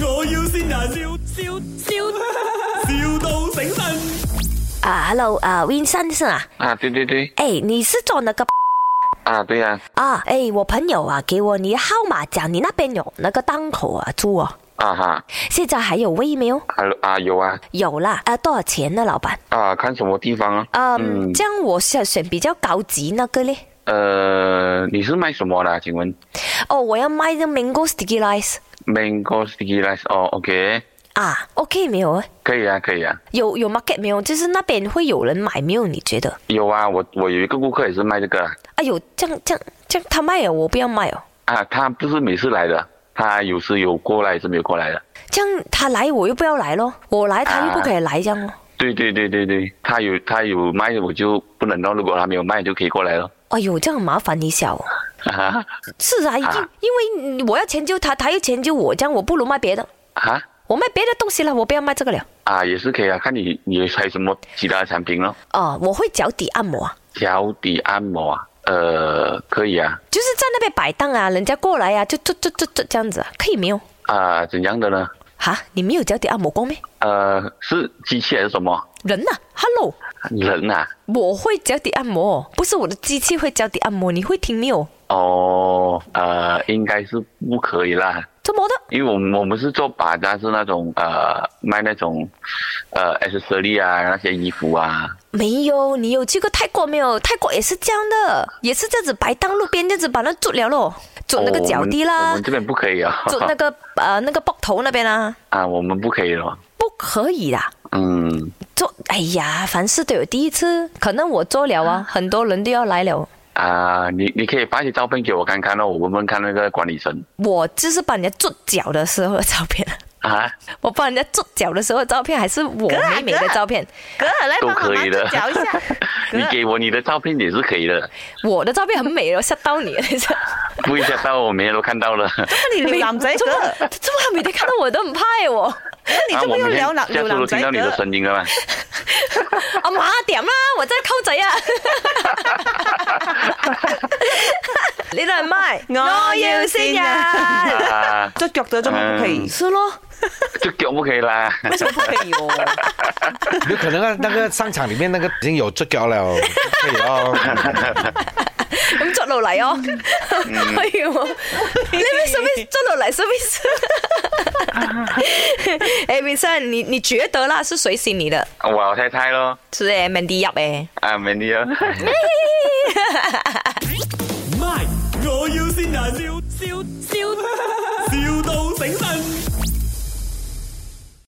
要先人，笑笑笑，,笑到醒神。啊，Hello，啊，Win 先生啊，啊，对对对，哎，你是做那个啊，对呀、啊？哎，我朋友啊，给我你的号码，讲你那边有那个档口啊，租哦。啊，哈，现在还有位没有？啊啊有啊，有啦，啊，多少钱呢，老板？啊，看什么地方啊？嗯，这样我想选比较高级那个嘞。呃，你是卖什么的？请问哦，我要卖的 mango sticky rice ，mango sticky rice 哦，OK，啊，OK 没有啊？可以啊，可以啊，有有 market 没有？就是那边会有人买没有？你觉得？有啊，我我有一个顾客也是卖这个啊哎呦，这样这样这样，他卖啊，我不要卖哦。啊，他不是每次来的，他有时有过来，也是没有过来的。这样他来我又不要来咯，我来他又不可以来这样咯。哦对对对对对，他有他有卖我就不能弄，如果他没有卖就可以过来了。哎呦，这样麻烦你小哦。啊是啊，因啊因为我要迁就他，他又迁就我，这样我不如卖别的，啊我卖别的东西了，我不要卖这个了。啊，也是可以啊，看你你还有什么其他的产品咯？哦，我会脚底按摩啊，脚底按摩啊，呃，可以啊，就是在那边摆档啊，人家过来啊，就就就就就这样子啊，可以没有？啊，怎样的呢？哈，你没有脚底按摩过没？呃，是机器还是什么？人呐、啊、，Hello，人啊？我会脚底按摩，不是我的机器会脚底按摩，你会听没有？哦，呃，应该是不可以啦，怎么的？因为我们我们是做把扎，是那种呃卖那种呃 accessory 啊，那些衣服啊，没有，你有去过泰国没有？泰国也是这样的，也是这样子摆档路边这样子把那住了咯，准那个哦脚底啦，我们我们这边不可以啊，准那个呃那个膊头那边啊， 啊，我们不可以了，不可以啦。嗯，做哎呀，凡事都有第一次，可能我做了啊，很多人都要来了。啊，你你可以发些照片给我看看哦，我问问看那个管理层我就是帮人家做脚的时候的照片， 啊，。我帮人家做脚的时候的照片，还是我哥啊妹妹的哥啊照片。哥来帮妈妈再嚼一下 啊你给我你的照片也是可以的，我的照片很美哦，吓到你了，等一下。不一下到我们也都看到了，哥你美撩 男仔哥怎，么怎么每天看到我都很怕耶我？ 哎你啊，做我咩要们撩男下撩次都男听仔到你的哥？声音了 嘛。阿妈点啦，我真係溝仔啊！ 你嚟賣，我要先人。啊，做腳的做乜不可嗯以？是咯，这脚不可以啦。为什么不可以哦？有可能啊，那个商场里面那个已经有这个了，可以哦。咁捉落嚟哦。哎呦，你为什么捉落嚟？什么意思？哎，Vincent，你你觉得啦，是谁信你的？啊我猜猜咯，是诶，Mandy 哎入诶。啊，美女 啊。卖，我要先人，笑笑笑，,